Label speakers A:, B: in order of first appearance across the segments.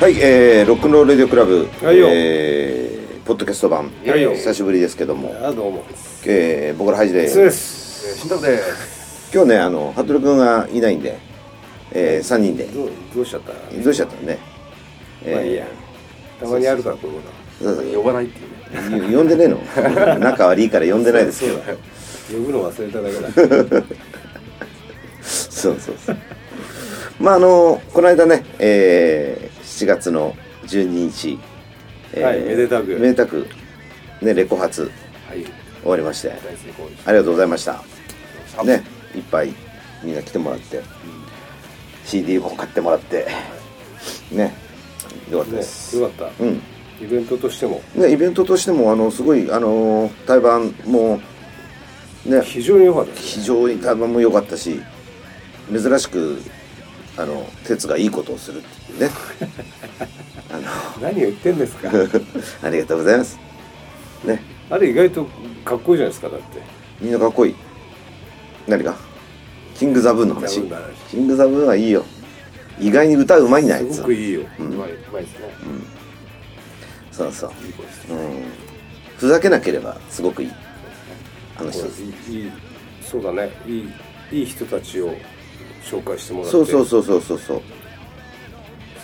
A: はい、えー、ロックンロールレディオクラブ、
B: はいよ
A: えーポッドキャスト版、
B: はいよ
A: 久しぶりですけども、
B: あどうも
A: えー、僕らハイジで
B: そうです
C: 新宅です。
A: 今日ねあの服部君がいないんで、えー、3人で
B: どうどうしちゃった
A: どうしちゃったのね、
B: まあいいやたまにあるからこういうこ
A: そうそう
C: 呼ばないっていうね。
A: よ呼んでねえの 仲悪いから呼んでないですけど
B: と呼ぶの忘れただ けだ
A: そうそうそうまああのこの間ね、えー、7月の12日、え
B: はいめでたく
A: めでたくねレコ発
C: はい。
A: 終わりまして
C: 大成功です。
A: ありがとうございました
C: あ
A: ね。いっぱいみんな来てもらって、CD も買ってもらってねよかったです、
B: ねよかっ
A: うん
B: たイベントとしても
A: ねイベントとしてもあのすごいあの対バンもね
B: 非常に良かったです
A: 非常に対バンも良かったし珍しくあの鉄がいいことをするっていうね あの
B: 何を言ってんですか
A: ありがとうございますね
B: あれ意外とかっこいいじゃないですかだって
A: みんなかっこいい何がキング・ザ・ブーンの話
B: キングザブーンの話
A: キング・ザ・ブーンはいいよ意外に歌うまいなあいつ
B: すごくいいよ
C: うまい、うまいですね。
A: そうそう、
C: いい子です。
A: うん、ふざけなければすごくいいあの人
B: そう
A: です
B: いいいいそうだねいいいい人たちを紹介してもらって
A: そうそうそうそうそうそう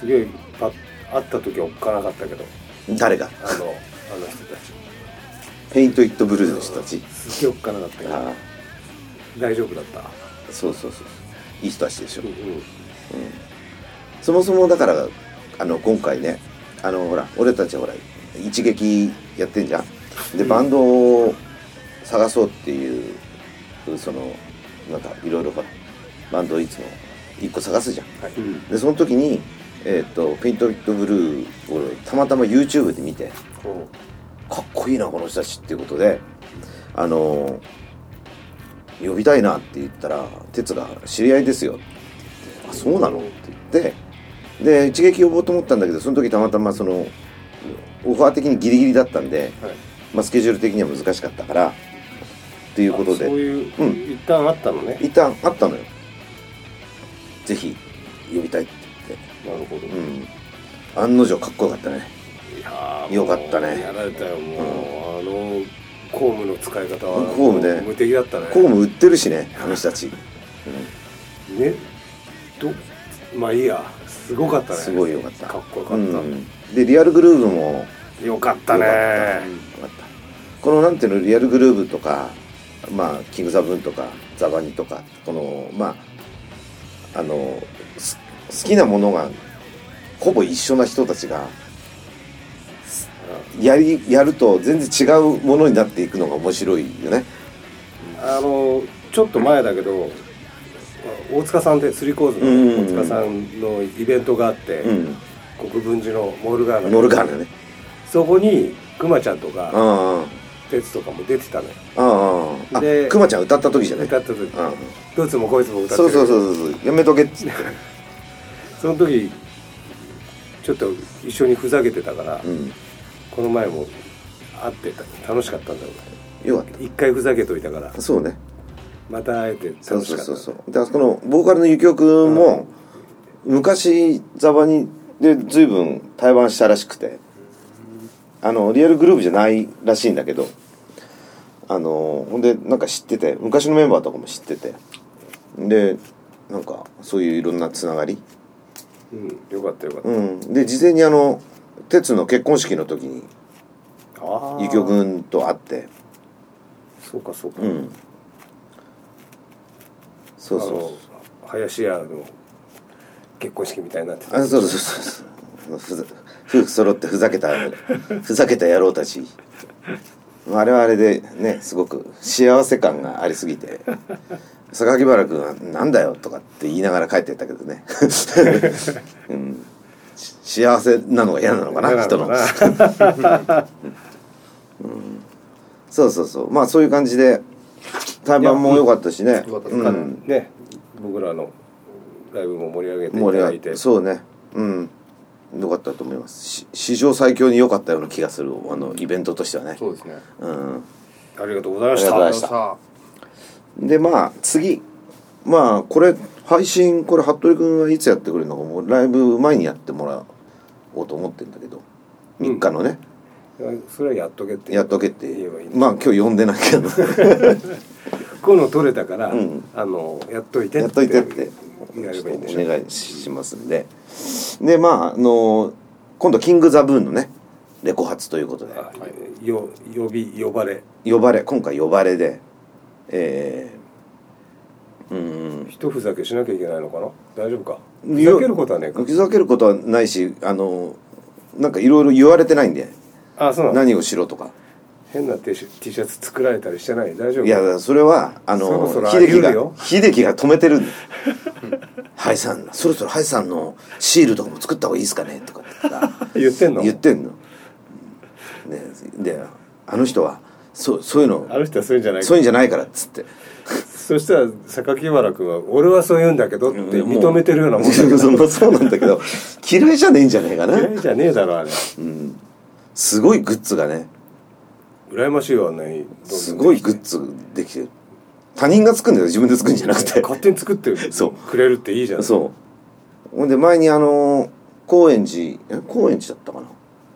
B: すげえパッ会った時はおっかなかったけど
A: 誰が
B: あのあの人たち
A: ペイント・イット・ブルーの人たち
B: すげえおっかなかったけど
A: ああ
B: 大丈夫だった
A: そうそうそういい人たちでしょ
B: うんうん
A: そもそもだからあの今回ねあのほら俺たちほら一撃やってんじゃんでバンドを探そうっていうそのなんかいろいろほらバンドをいつも一個探すじゃん
C: はい。
B: うん
A: でその時にえっ、と「ペイント・イット・ブルー」をたまたま YouTube で見て
B: こ
A: かっこいいなこの人たちっていうことであの呼びたいなって言ったら哲が「知り合いですよ」って言って「あそうなの?」って言ってで一撃呼ぼうと思ったんだけどその時たまたまそのオファー的にギリギリだったんで、
B: うはい
A: まあ、スケジュール的には難しかったからということ
B: あそう
A: で
B: いう、
A: う
B: 一旦あったのね
A: 一旦あったのよぜひ呼びたいって言っ
B: なるほど、
A: て、うん、案の定かっこよかったね
B: いやー
A: よかったね
B: もうやられたよもう、あの公務の使い方は
A: 公務ね
B: 無敵だったね
A: こうも売ってるしねあの人たち、
B: ねどまあいいやすごかったね
A: すごいよかった
B: かっこよかった、
A: うん、でリアルグルーヴも
B: よかったね
A: よかったよかったこのなんていうのリアルグルーヴとかまあキングザブーンとかザバニとかこのまああのす好きなものがほぼ一緒な人たちがすやりやると全然違うものになっていくのが面白いよね
B: あのちょっと前だけど、大塚さんでスリーコーズ
A: うんうんうん
B: の大塚さんのイベントがあって、
A: うん
B: 国分寺のモルガーナ
A: ノルガーナね
B: そこにくまちゃんとか
A: あ
B: 哲とかも出てたのよ
A: ああああ
B: で
A: クマちゃん歌った時じゃない
B: 歌った時
A: あ
B: どいつもこいつも歌ってる
A: そうそうそうそうやめとけっ つって
B: その時ちょっと一緒にふざけてたから、
A: うん
B: この前も会ってた楽しかったんだよ
A: よかっ
B: 一回ふざけといたから
A: たそうね
B: また会えて
A: そう
B: 楽
A: そ
B: しか
A: う
B: った
A: そうそうであそこのボーカルのゆきおくんも昔ザバにで随分対バンしたらしくてあのリアルグループじゃないらしいんだけどあのほんでなんか知ってて昔のメンバーとかも知っててでなんかそういういろんなつながり
B: うん、よかったよかった、
A: うんで事前にあの哲の結婚式の時に
B: ああ
A: ゆきおくんと会って
B: そうかそうか、
A: うんそうそうそう
B: あの林家の結婚式みたいになってた
A: あそうそうそうそうふざ夫婦揃ってふざけたふざけた野郎たちあれはあれでねすごく幸せ感がありすぎて榊原君は「なんだよ」とかって言いながら帰ってったけどね、うん、し幸せなのが嫌なのかな 人の
B: な
A: そうそうそうまあそういう感じで対バンも良かったしね
C: いやうん
A: う
C: 良か
A: ん、
B: ね僕らのライブも盛り上げてい
A: もう俺
B: ただ
A: はい
B: て
A: そうねうん良かったと思いますし史上最強に良かったような気がするあのイベントとしてはね
C: そうですね。
A: うん
B: ありがとうございまし
A: ありがとうございま
B: た
A: した
C: さ
A: でまあ次まあこれ配信これ服部君はいつやってくれるのかもうライブ前にやってもらこうと思ってんだけど3日のね、
B: それはやっとけって
A: やっとけって
B: 言えばいい、
A: まあ今日呼んでないけど
B: こういうの取れたから、
A: うん
B: あのやっといて
A: やっといてって
B: やればいいんでしょ
A: お願いしますんででまああの今度キング・ザ・ブーンのねレコ発ということで
B: あよ呼び呼ばれ
A: 呼ばれ今回呼ばれでえー、うん
B: 一ふざけしなきゃいけないのかな大丈夫かふ
A: いや
B: ざけることはねえか
A: ふざけることはないしあのなんかいろいろ言われてないんで
B: あそうなの
A: 何をしろとか
B: 変な T シャ T シャツ作られたりしてない大丈夫
A: いやそれはあ
B: そ
A: の
B: ろそろあり
A: 秀樹
B: 得
A: が
B: るよ
A: 秀樹が止めてるんだよハイさんそろそろハイさんのシールとかも作った方がいいですかねとかって言ったら
B: 言ってんの
A: 言ってんの。ね、であの人はそうそういう
B: あ
A: の
B: の人はそういうんじゃない
A: そういうんじゃないからっつって
B: そしたら榊原君は「俺はそう言うんだけど」って認めてるようなもんだけ
A: け
B: ど
A: どそうなんだけど嫌いじゃねえんじゃねえかな
B: 嫌いじゃねえだろあれ
A: すごいグッズがね
B: 羨ましいわあんなに
A: すごいグッズできてる他人が作るんだよ自分で作るんじゃなくて
B: 勝手に作って
A: そう
B: くれるっていいじゃん
A: そうほんで前にあの高円寺え高円寺だったかな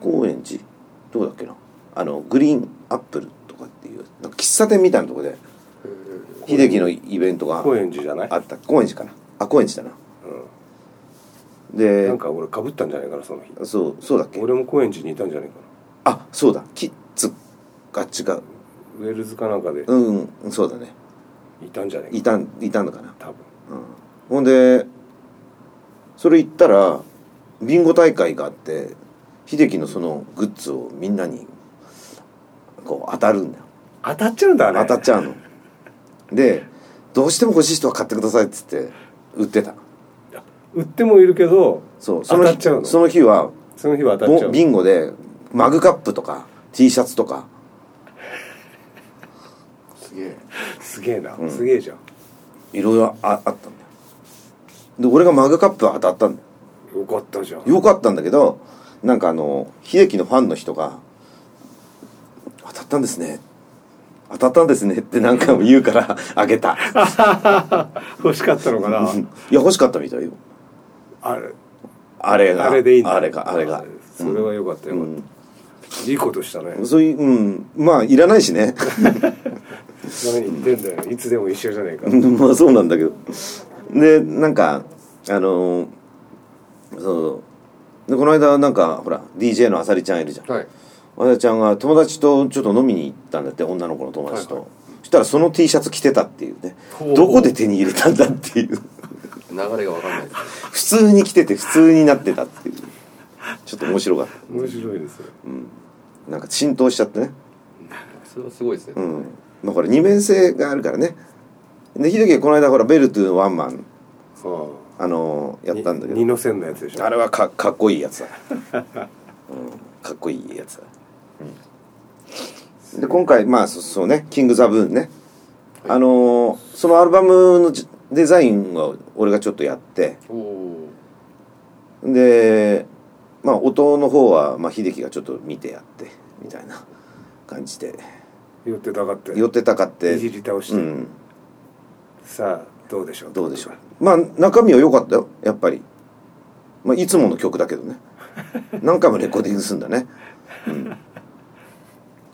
A: 高円寺どこだっけなあのグリーンアップルとかっていうなんか喫茶店みたいなとこで秀樹のイベントが
B: 高円寺じゃない
A: あった高円寺かなあ高円寺だな、で
B: なんか俺かぶったんじゃないかなその日
A: そうそうだっけ
B: 俺も高円寺にいたんじゃないか
A: あそうだキッズが違う
B: なウェールズかなんかで
A: うんうんそうだね
B: いたんじゃないか
A: いたんいたのかな、
B: な多分
A: うん、ほんでそれ行ったらビンゴ大会があって秀樹のそのグッズをみんなにこう当たるんだよ
B: 当たっちゃうんだあれ
A: 当たっちゃうのでどうしても欲しい人は買ってくださいっつって売ってた
B: 売ってもいるけど
A: そうその
B: 当
A: 日
B: たっちゃうの
A: その日は
B: その日は当たっちゃ
A: ボ
B: う
A: ビンゴでマグカップとか T シャツとか
C: すげえ
B: すげえな、
A: うん
B: すげえじゃん
A: いろいろああったんだよで俺がマグカップ当たったんだよ
B: よかったじゃん
A: よかったんだけどなんかあの秀樹のファンの人が「当たったんですね当たったんですね」って何回も言うからあげ た
B: 欲しかったのかな
A: うんいや欲しかったみたいよ
B: あれ
A: あれが
B: あれでいいんだ
A: あれがあれが
B: それはよかったよかった、いいことしたね
A: そういううんまあいらないしね
B: 何言ってんだよいつでも一緒じゃねえか
A: まあそうなんだけどでなんかあのそうでこの間なんかほら DJ のあさりちゃんいるじゃん
C: はい
A: 和田ちゃんが友達とちょっと飲みに行ったんだって女の子の友達と、そしたらその T シャツ着てたっていうね
B: ほう
A: どこで手に入れたんだっていう
C: 流れがわかんないです
A: 普通に着てて普通になってたっていうちょっと面白かっ
B: 面白いですよ
A: たなんか浸透しちゃってね
C: それはすごいですね、
A: うんまあこれ二面性があるからねで秀樹はこの間ほら「ベルトゥーワンマン
B: そ」
A: あのー
B: う
A: やったんだけ
B: 二
A: ど
B: の線のやつでしょ
A: あれはかかっこいいやつ だ、うん、かっこいいやつだ、うん、で今回まあそそうね「キング・ザ・ブーンね」あのーそのアルバムのじデザインを俺がちょっとやって
C: おお
A: でまあ音の方は、まあ、秀樹がちょっと見てやってみたいな感じで
B: 寄ってたかって
A: 寄ってたかって
B: いじり倒して、
A: うん
B: さあどうでしょう
A: どうでしょうまあ中身は良かったよやっぱり、まあ、いつもの曲だけ どね何回もレコーディングするんだね、うん、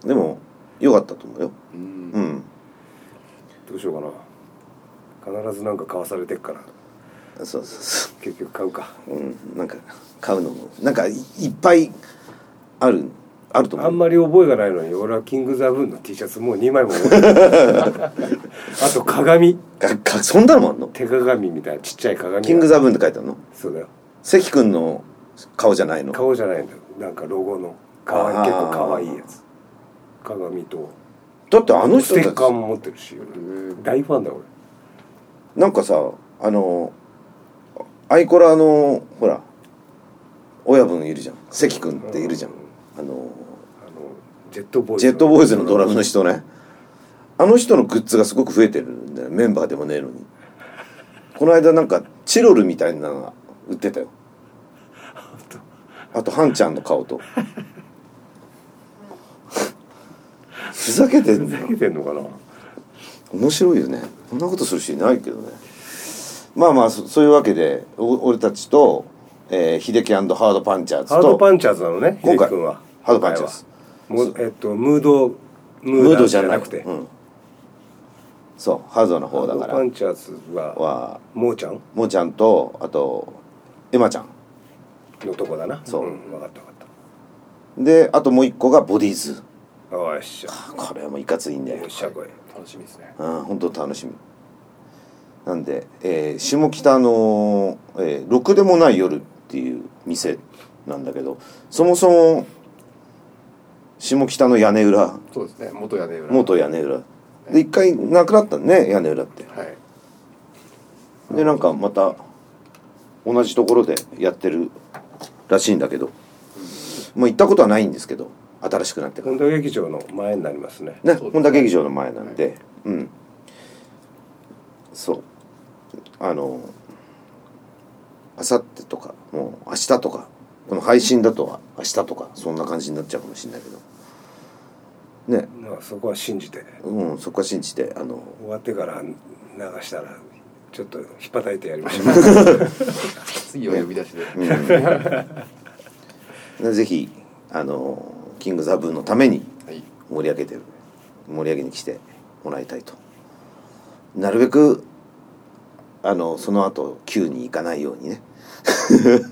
A: でも良かったと思うよ
C: うん
A: うん
B: どうしようかな必ずなんか買わされてっから
A: そうそうそ
B: 結局買うか
A: う、うん、なんか買うのもなんかいいっぱいあるあると
B: あん
A: 思う
B: まり覚えがないのに俺はキング・ザ・ブーンの T シャツもう2枚も覚えてる あと鏡
A: かかそんなのもあんの
B: 手鏡みたいなちっちゃい鏡
A: キング・ザ・ブーンって書いてあるの
B: そうだよ
A: 関君の顔じゃないの
B: 顔じゃないんだよなんかロゴのかわい
A: あー
B: 結構かわいいやつ鏡と
A: だってあの
B: ス
A: 人
B: テ
A: た
B: ッ
A: ち
B: カーも持ってるし
C: ん
B: 大ファンだ俺
A: なんかさあのアイコラのほら親分いるじゃん関君っているじゃん
B: うん
A: あの
B: あのジェットボーイズ
A: ジェットボーイズのドラムの人ねあの人のグッズがすごく増えてるんだよメンバーでもねえのにこの間なんかチロルみたいなのが売ってたよあとハンちゃんの顔とふざけてん
B: ふ
A: だ
B: ざ
A: よ
B: けてんのかな
A: 面白いよねこんなことする人いないけどねまあまあそそういうわけでお俺たちと、えー、秀樹ハードパンチャーズと
B: ハードパンチャーズなのね
A: 今
B: 秀樹
A: 回
B: 君は
A: ハードパンチャーズ
B: 今回はもうえっとムードム
A: ムー
B: ー
A: ド
B: ド
A: じ
B: じ
A: ゃ
B: ゃ
A: な
B: な
A: く
B: く
A: て
B: て
A: うん、そうハードの方だか
B: ハードパ
A: ら
B: ンチャーズは
A: は
B: モーちゃん
A: もーちゃんとあとエマちゃん
B: のとこだな
A: そうん
B: 分かった分かっ
A: であともう一個がボディーズ
B: たよっしゃ
A: これはもういかついんだよ
B: よっしゃこい
C: 楽しみですね
A: うん本当楽しみなんで、えー下北の、えーろくでもない夜」っていう店なんだけどそもそも下北の屋根裏
C: そうですね元屋根裏
A: 元屋根裏で一回なくなったね屋根裏って
C: はい
A: でなんかまた同じところでやってるらしいんだけどまあ行ったことはないんですけど新しくなってから
B: 本田劇場の前になりますね
A: ね、
C: そうですね
A: 本田劇場の前なんで、うんそうあのあさってとかもう明日とかこの配信だとは明日とかそんな感じになっちゃうかもしれないけどね
B: まあそこは信じて
A: うんそこは信じてあの
B: 終わってから流したらちょっとひっぱたいてやり ましょう
C: 次は呼び出しで、
A: ねぜひあのキング・ザ・ブーのために
C: はい
A: 盛り上げて盛り上げに来てもらいたいとなるべくあのその後急に行かないようにね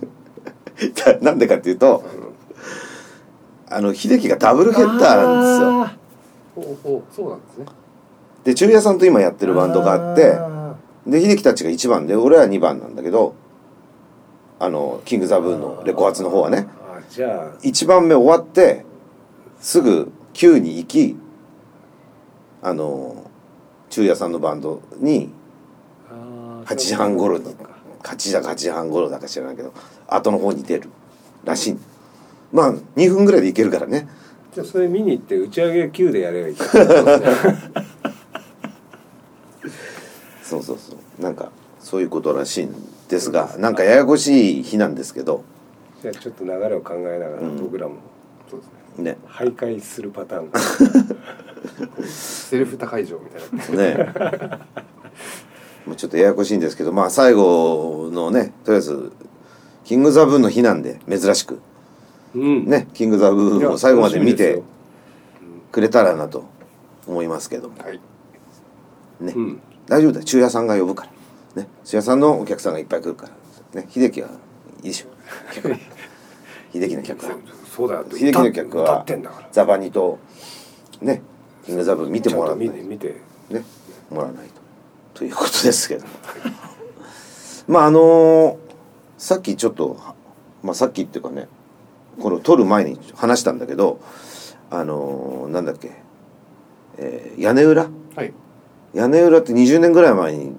A: だなんでかっていうとあの秀樹がダブルヘッダーなんですよ
C: ほうほうそうなんで すね
A: で中也さんと今やってるバンドがあって
B: あ
A: で秀樹たちが1番で俺は2番なんだけどあのキング・ザ・ブーンのレコ発の方はね
B: ーあーじゃあ
A: 1番目終わってすぐ9に行きあの昼夜さんのバンドに
B: あー
A: 8時半頃に
B: そうか
A: 8時だか8時半頃だか知らないけど後の方に出るらしいまあ2分ぐらいで行けるからね
B: じゃあそれ見に行って打ち上げ9でやればいいか
A: そうそうそうなんかそういうことらしいんですがなんかややこしい日なんですけど
B: じゃあちょっと流れを考えながら僕らも
C: そうですね
A: ね
B: 徘徊するパタ ーンが
C: セルフ高い場みたいな
A: ねもうちょっとややこしいんですけどまあ最後のねとりあえずキング・ザ・ブーンの日なんで珍しく
B: うん
A: ねキング・ザ・ブ
B: い
A: ーン
B: や
A: を最後まで見
B: 楽
A: て
B: し
A: くれたらなと思いますけども
C: はい
A: ね、
B: みですようん
A: 大丈夫だよ中屋さんが呼ぶからね中屋さんのお客さんがいっぱい来るからね秀樹はいいでしょ秀樹の客は
B: そうだよ
A: 秀樹の客
B: 歌
A: は
B: ってんだから
A: ザバニとねキング・ザ・ブーン見てもらわない
B: ちゃん
A: と
B: と見て見て
A: ねもらわないとということですけど まああのーさっきちょっと、まあ、さっきっていうかねこの撮る前に話したんだけどあのーなんだっけ、えー屋根裏
C: はい
A: 屋根裏って20年ぐらい前に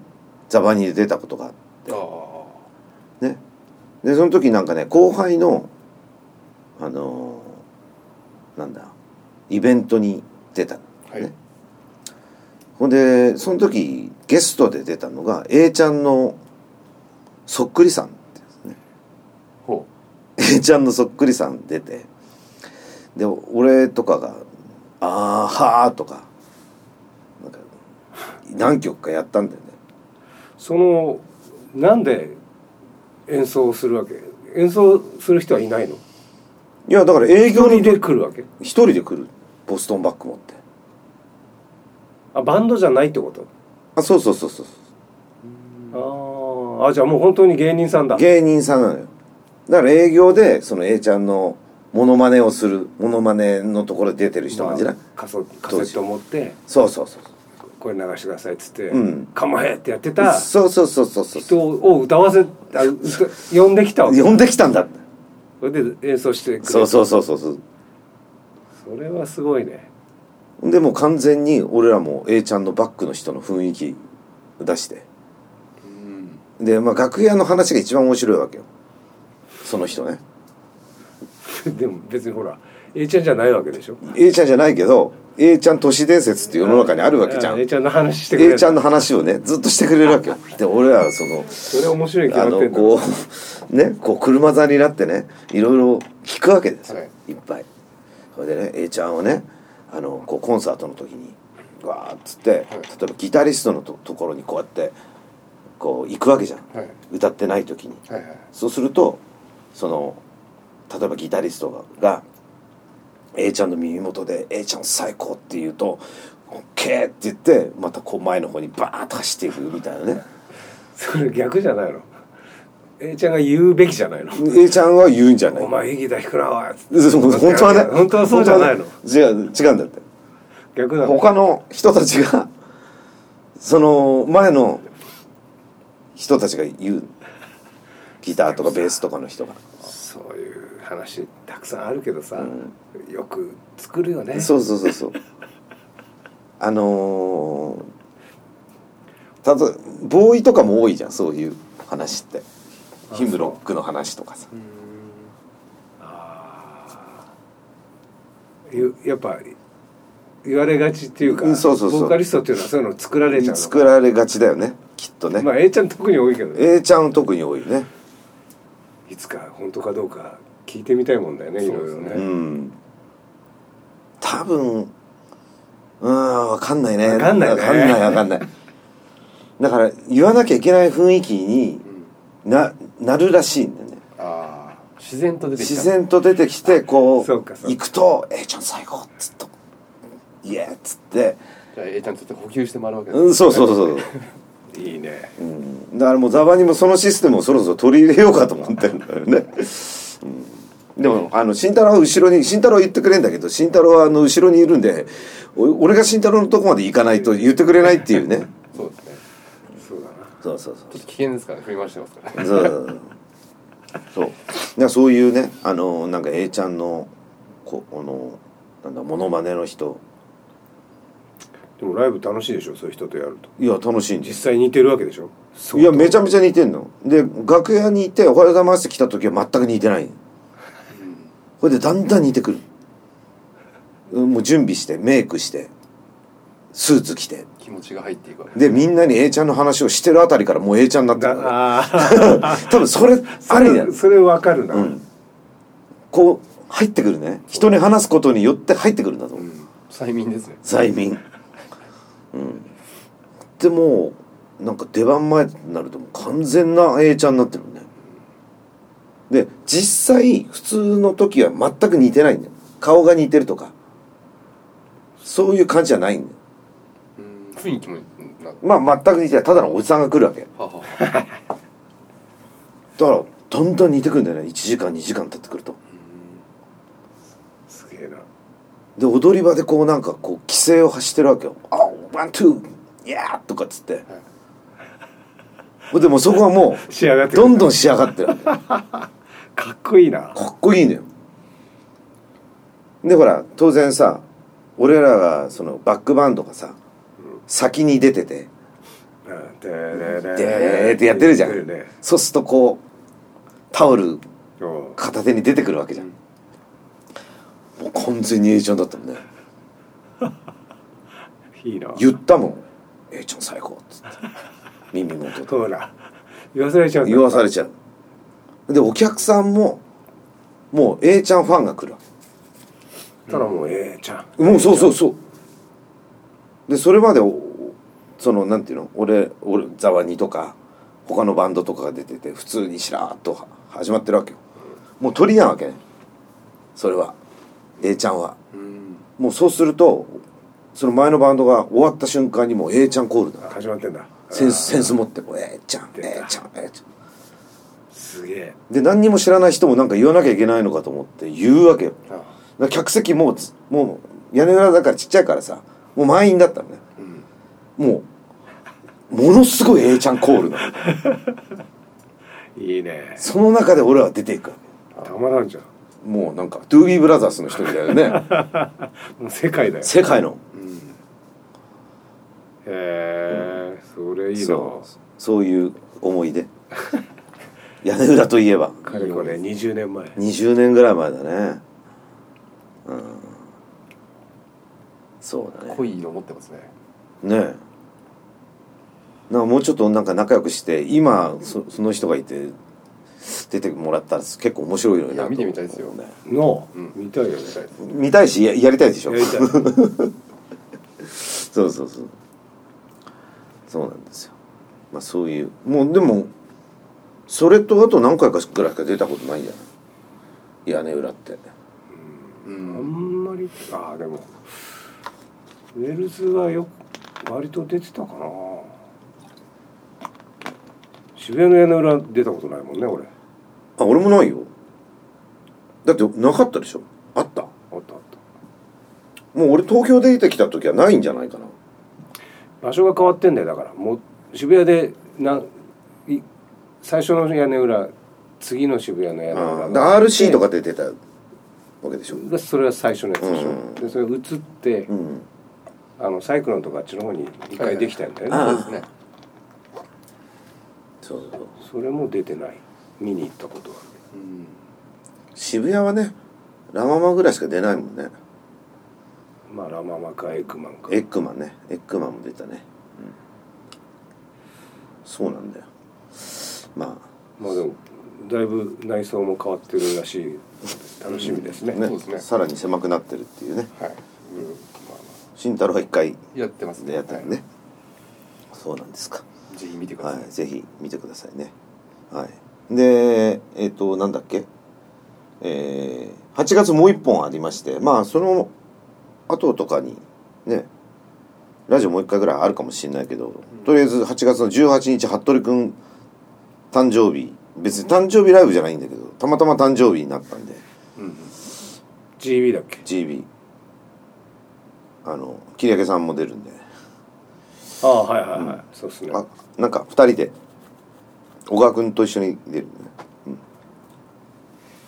A: ザバニで出たことがあっ
C: ああ
A: てねでその時なんかね後輩のあのーなんだイベントに出た、ね
C: はい
A: ほんでその時ゲストで出たのが A ちゃんのそっくりさんってや
C: ほ
A: つね A ちゃんのそっくりさん出てで俺とかが「あーはー」とかなんか何曲かやったんだよね
B: そのなんで演奏するわけ演奏する人はいないの
A: いやだから営
B: 営業
A: 業
B: に
A: に
B: で来るわけ
A: 一人で来るボストンバッグ持って
B: あバンドじゃないってこと
A: あそうそうそうそう
B: あーあじゃあもう本当に芸人さんだ
A: 芸人さんなのよだから営業でその A ちゃんのモノマネをするモノマネのところで出てる人なんじゃない、
B: まあカソカセット持って
A: そうそうそう
B: これ流してくださいっつって
A: うん
B: 「構え!」ってやってた
A: そうそうそうそうそう
B: 人を歌わせあう呼んできたわけ
A: 呼んできたんだ
B: それで演奏してくれ
A: そうそうそうそうそう
B: それはすごいね
A: でもう完全に俺らも A ちゃんのバックの人の雰囲気出して
C: ううん
A: で、まあ、楽屋の話が一番面白いわけよその人ね
B: でも別にほら A ちゃんじゃないわけでしょ
A: A ちゃんじゃないけど A ちゃん都市伝説って世の中にあるわけじゃん
B: A ちゃんの話してくれる
A: A ちゃんの話をねずっとしてくれるわけよで俺らはその
B: それ面白いに決
A: あ
B: まって
A: の
B: んだ
A: こうねこう車座になってねいろいろ聞くわけですよ、、
C: はい
A: っぱいそれでね A ちゃんをねあのこうコンサートの時にわーっつって、例えばギタリストのとところにこうやってこう行くわけじゃん、
C: はい
A: 歌ってない時に
C: はいはい
A: そうするとその例えばギタリストが A ちゃんの耳元で「A ちゃん最高」って言うと「オッケーって言ってまたこう前の方にバーッと走っていくみたいなね
B: それ逆じゃないの A ちゃんが言うべきじゃないの
A: A ちゃんは言うんじゃない
B: お前いいギター弾くなおい
A: そう本当はね
B: 本当はそうじゃないの
A: 本当はね違う違うんだって
B: 逆なの
A: 他の人たちがその前の人たちが言うギターとかベースとかの人が、
B: そういう話たくさんあるけどさ、
A: う
B: よく作るよね
A: そうそうそうそうあのー、たとボーイとかも多いじゃんそういう話って
B: あ
A: ヒムロックの話とかさ
B: あーゆやっぱ言われがちっていうか、
A: うんそうそうそう
B: ボーカリストっていうのはそういうの作られちゃうの
A: 作られがちだよねきっとね、
B: まあ A ちゃん特に多いけどね
A: A ちゃん特に多いね
B: いつか本当かどうか聞いてみたいもんだよねい
C: そう
B: ろい
C: です
B: ろ
C: ね
B: ね
A: うん多分うんわかんないね
B: わかんないね
A: わかんないわかんないだから言わなきゃいけない雰囲気に
C: うん
A: ななるらしいんだよね
C: ああ自然と出てきた
A: 自然と出てきてこう
B: そうかそうか
A: 行くと「えーちゃん最高」っつっと「イエー」っつって、
C: じゃあ A ちゃんにとって補給してもらうわけ
A: うん、そうそうそうそう、
B: いいね
A: うん、だからもうザバにもそのシステムをそろそろ取り入れようかと思ってるんだよね、うん、でもあの慎太郎は後ろに慎太郎は言ってくれんだけど慎太郎はあの後ろにいるんでお俺が慎太郎のとこまで行かないと言ってくれないっていうね
C: そうですね
B: そうだな
A: そうそうそう
C: ちょっと危険ですからね振り回してますからね
A: そうそうだからそういうねあのなんか A ちゃんのこあのなんだモノマネの人
B: でもライブ楽しいでしょそういう人とやると
A: いや楽しいんです
B: 実際似てるわけでしょ
A: いやめちゃめちゃ似てんので楽屋にいて「おはようございます」って来た時は全く似てないこれでだんだん似てくるうんもう準備してメイクしてスーツ着て
C: 気持ちが入っていくわけ
A: でみんなに A ちゃんの話をしてるあたりからもう A ちゃんになってるから
B: だあ
A: 多分 それ
B: あそ
A: ありだよ
B: れそれわかるな、
A: うんこう入ってくるね人に話すことによって入ってくるんだと
C: う
A: 思うん
C: 催眠ですね
A: 催眠うんでもうなんか出番前になるともう完全な A ちゃんになってるねで実際普通の時は全く似てないんだよ顔が似てるとかそういう感じじゃないんだよ
C: うん雰囲気もうんなは
A: まあ全く似てないただのおじさんが来るわけ
C: あはあ
A: だからどんどん似てくるんだよね1時間2時間経ってくると
B: すげえな
A: で踊り場でこうなんかこう規制を走ってるわけよ「あワンツーイヤー!」とかっつってほんでもうそこはも
B: 仕上がっ
A: う
B: てく
A: ど
B: る
A: んどん仕上がってるわけか
B: かっこいいな
A: っこいいのよでほら当然さ俺らがそのバックバンドがさ先に出てて
B: うんでー
A: 「
B: で
A: でーってやってるじゃん
B: ね
A: そうするとこうタオル
B: うん
A: 片手に出てくるわけじゃんもう完全に A ちゃんだったもんね
B: いいな
A: 言ったもん「A ちゃん最高」っつって耳元で
B: ほら言わされちゃうんだ
A: 言わされちゃうでお客さんももう A ちゃんファンが来るわ
B: たらもうええちゃん
A: けもうそうそうそうでそれまでおそのなんていうの俺俺ザワニとか他のバンドとかが出てて普通にしらーっとは始まってるわけよもう鳥なわけねそれは A ちゃんは
C: うん
A: もうそうするとその前のバンドが終わった瞬間にもう A ちゃんコールだ
B: 始まってんだ
A: セン
B: あ
A: スセンス持ってこう A ちゃん A ちゃん A ちゃん
B: ーすげえ
A: で何にも知らない人もなんか言わなきゃいけないのかと思って言うわけよだか
C: ああ
A: ら客席もうつもう屋根裏だからちっちゃいからさもう満員だったのね
C: うん
A: もうものすごい A ちゃんコールなの
B: いいね
A: その中で俺は出ていくわけ
B: たまらんじゃん
A: もうなんかドゥービーブラザーズの一人だよね
B: もう世界だよ
A: 世界の
C: うん
B: へえそれいい
A: そ
B: の
A: うそういう思い出屋根裏といえば
B: かれこれ20年前
A: 20年ぐらい前だねうんそうだね
C: 濃い色持ってますね
A: ねえなんかもうちょっとなんか仲良くして今そその人がいて出てもらったら結構面白いのになと思う
C: いや見てみたいですよ
A: ね
B: の
C: うん
B: 見たいよね
C: したいです
A: 見たいしややりたいでしょ
B: やりた い
A: そうそうそうそうなんですよまあそういうもうでもそれとあと何回かぐらいしか出たことないんじゃない屋根裏って
C: う
B: あ
C: ん
B: んまりああでもウェルズはよ割と出てたかな渋谷の屋根裏出たことないもんね俺
A: あ俺もないよだってなかったでしょあった
B: あったあった
A: もう俺東京出てきた時はないんじゃないかな
B: 場所が変わってんだよだからもう渋谷でない最初の屋根裏次の渋谷の屋根裏
A: あー
B: が
A: だ RC とかで出たわけでしょ
B: でそれは最初のやつでしょ、
A: うん
B: でそれ移って、
A: うん
B: あのサイクロンとかあっちの方に一回できたんだよね、
A: はいはい
C: そう
A: あ
C: ですね
A: そうそうそう
B: それも出てない見に行ったことは
C: うん
A: 渋谷はねラ・ママぐらいしか出ないもんね
B: まあラ・ママかエッグマンか
A: エッグマンねエッグマンも出たね、うんそうなんだよま
B: まあでもだいぶ内装も変わってるらしい楽しみです
A: あ
B: ね,、
A: ね
C: そうですね
A: さらに狭くなってるっていうね
C: はい
A: 慎太郎は一回
C: やってます
A: でやったのね、
C: は
A: そうなんですか
C: いぜひ見てくださ
A: はいいぜひ見てくださいねはいでえっ、となんだっけえー、8月もう一本ありましてまあその後とかにねラジオもう一回ぐらいあるかもしれないけど、とりあえず8月の18日服部君誕生日別に誕生日ライブじゃないんだけどたまたま誕生日になったんで
C: うんうん
B: GB だっけ
A: GB あの桐明さんも出るんで
B: ああはいはいはい、そうっすね
A: あなんか2人で小川君と一緒に出るね、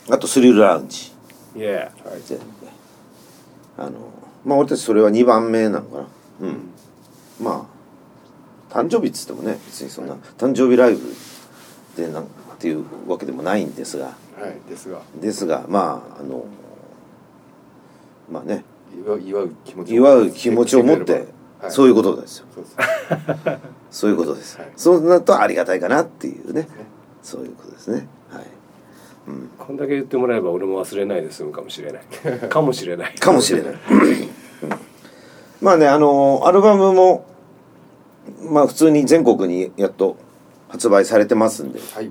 A: うん、あとスリルラウンジ
B: いや
A: 全部ねあのまあ俺たちそれは2番目なのかなうん、まあ誕生日っつってもね別にそんな誕生日ライブでなんっていうわけでもないんですが
C: はいですが
A: ですがまああのまあね
C: 祝う祝う気持ちを
A: 祝う気持ちを持って
C: はい
A: そういうことですよ
C: そうです
A: そういうことです。
C: はい
A: そうなるとありがたいかなっていうね。そういうことですね。はい。
B: こんだけ言ってもらえば俺も忘れないで済むかもしれ ないかもしれない
A: かもしれない。うんまあね、あのアルバムも、まあ普通に全国にやっと発売されてますんで、
C: はい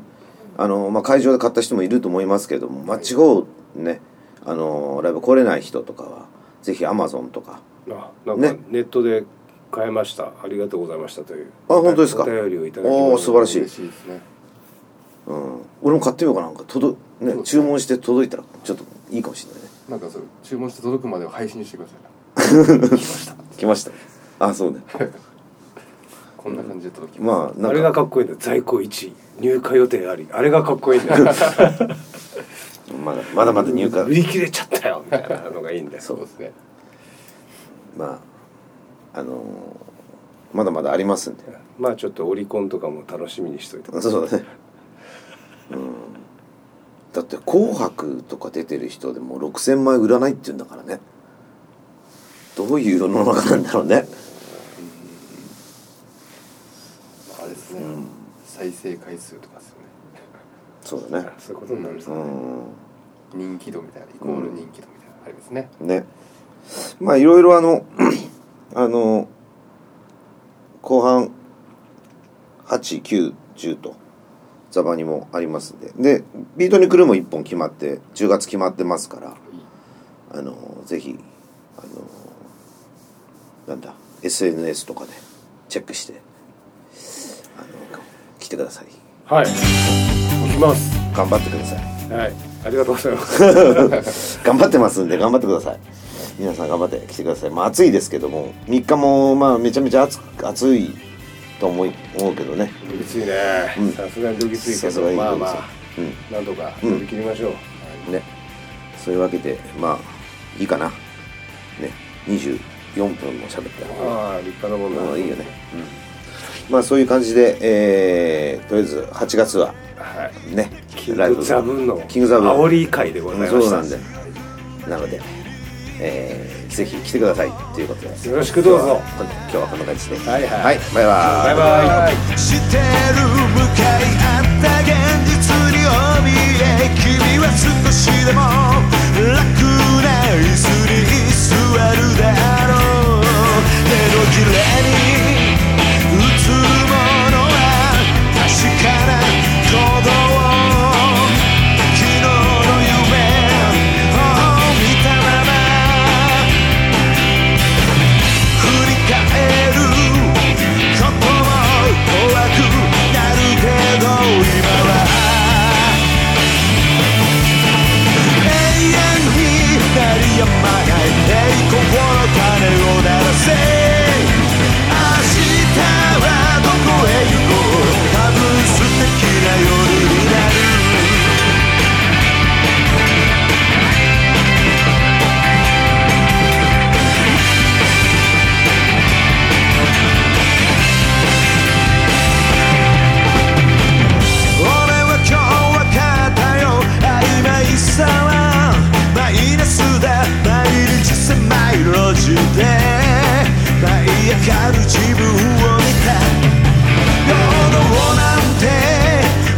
A: あのまあ会場で買った人もいると思いますけども、まあ地方ね、あのライブ来れない人とかは、ぜひアマゾンとか、
B: あなんか
A: ね
B: ネットで買えました、ありがとうございましたという
A: あ本当ですか
B: お便りをいただきました
A: おお 素晴らしい
C: 嬉。しいですね
A: うん。俺も買ってみようかななんか届い、
C: そうです
A: ね、
C: ね
A: 注文して届いたらちょっといいかもしれないね。
C: なんかそう注文して届くまでを配信してください
A: 来ました。あそうね。
C: こんな感じで届きま
A: まあなんか
B: あれがかっこいいんだよ在庫1入荷予定ありあれがかっこいいんだよ
A: まだまだまだ 入
B: 売
A: 荷
B: り切れちゃったよみたいなのがいいんだよ
C: すそうですね
A: まああのーまだまだありますんで
B: まあちょっとオリコンとかも楽しみにしといてください
A: そうだねうんだって「紅白」とか出てる人でも6,000枚売らないって言うんだからねどういう世の中なんだろうね
C: あれですね再生回数とかですよね
A: そうだね
B: そういうことになるんです
A: う
B: ね
C: 人気度みたいなイコール人気度みたいなのありますね
A: んねまあいろいろあの あの後半8910とザバにもありますんででビートに来るも1本決まって10月決まってますからあのぜひあのなんだ SNS とかでチェックしてあの来てください
B: はい行きます
A: 頑張ってください
B: はいありがとうございます
A: 頑張ってますんで頑張ってください皆さん頑張って来てくださいまあ暑いですけども3日もまあめちゃめちゃ暑く暑いと思い思うけどね
B: どぎついねさすがにどぎついけ
A: さす
B: ど
A: がに
B: まあま
A: ど
B: あ
A: ぎついうん
B: なんとか乗り切りましょう
A: ねそういうわけでまあいいかなね24分も喋った
B: ああ立派なもん
A: も
B: だ
A: ういいよね、うん、まあそういう感じで、えー、とりあえず8月は
B: はい
A: ね
B: キングザブンの
A: キングザブン
B: 煽り会でございました
A: そうなんでなので、えー、ぜひ来てくださいということで
B: よろしくどうぞ
A: 今日はこんな感じでは
B: はいはい
A: バイバーイ
B: バイバイ
D: してる向かい合った現実に怯え君は少しでも楽な椅子に座るだろう手のひらに映るものは確かな鼓動自分を見た平等なんて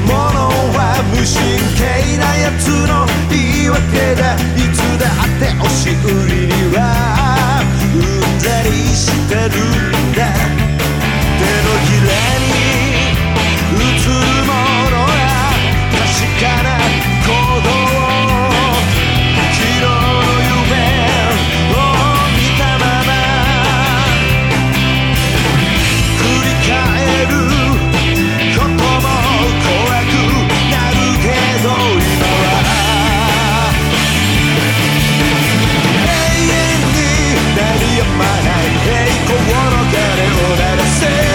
D: ものは無神経なやつの言い訳だいつだって押し売りにはうんざりしてるんだ手のひらに映るものが確かな行動昨日の夢を見たまま振り返ることも怖くなるけど今は永遠に鳴り止まない栄光の鐘を鳴らせ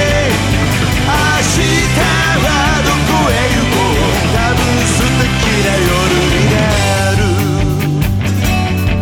D: 明日はどこへ行こう多分素敵な夜になる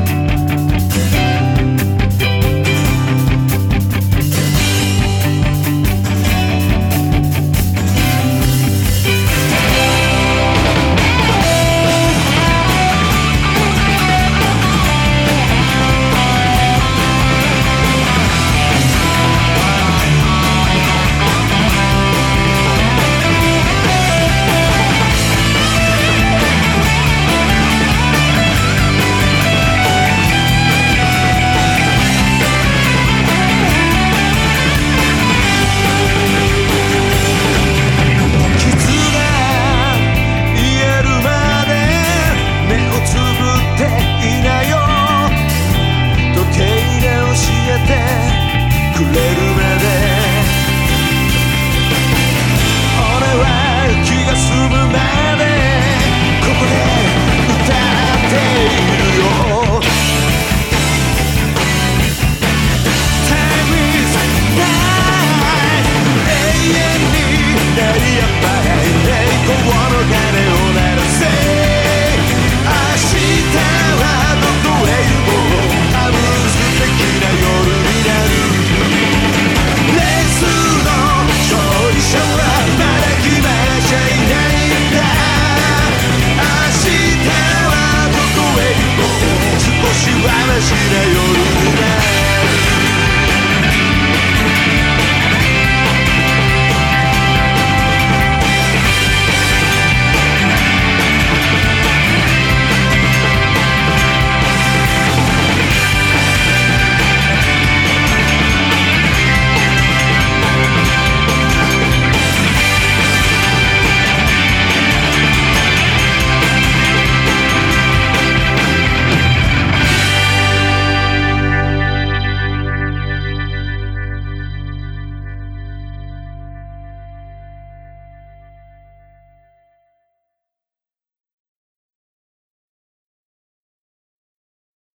D: 傷が癒えるまで目をつぶっていなよ時計が教えてくれるまで俺は気が済むまでここで歌っているよ Time is n i g h 永遠に鳴り止まない栄光の鐘を鳴らせ明日はどこへ行こう多分素敵な夜になるレースの勝利者はまだ決まらちゃいないんだ明日はどこへ行こう少しはマシな夜になる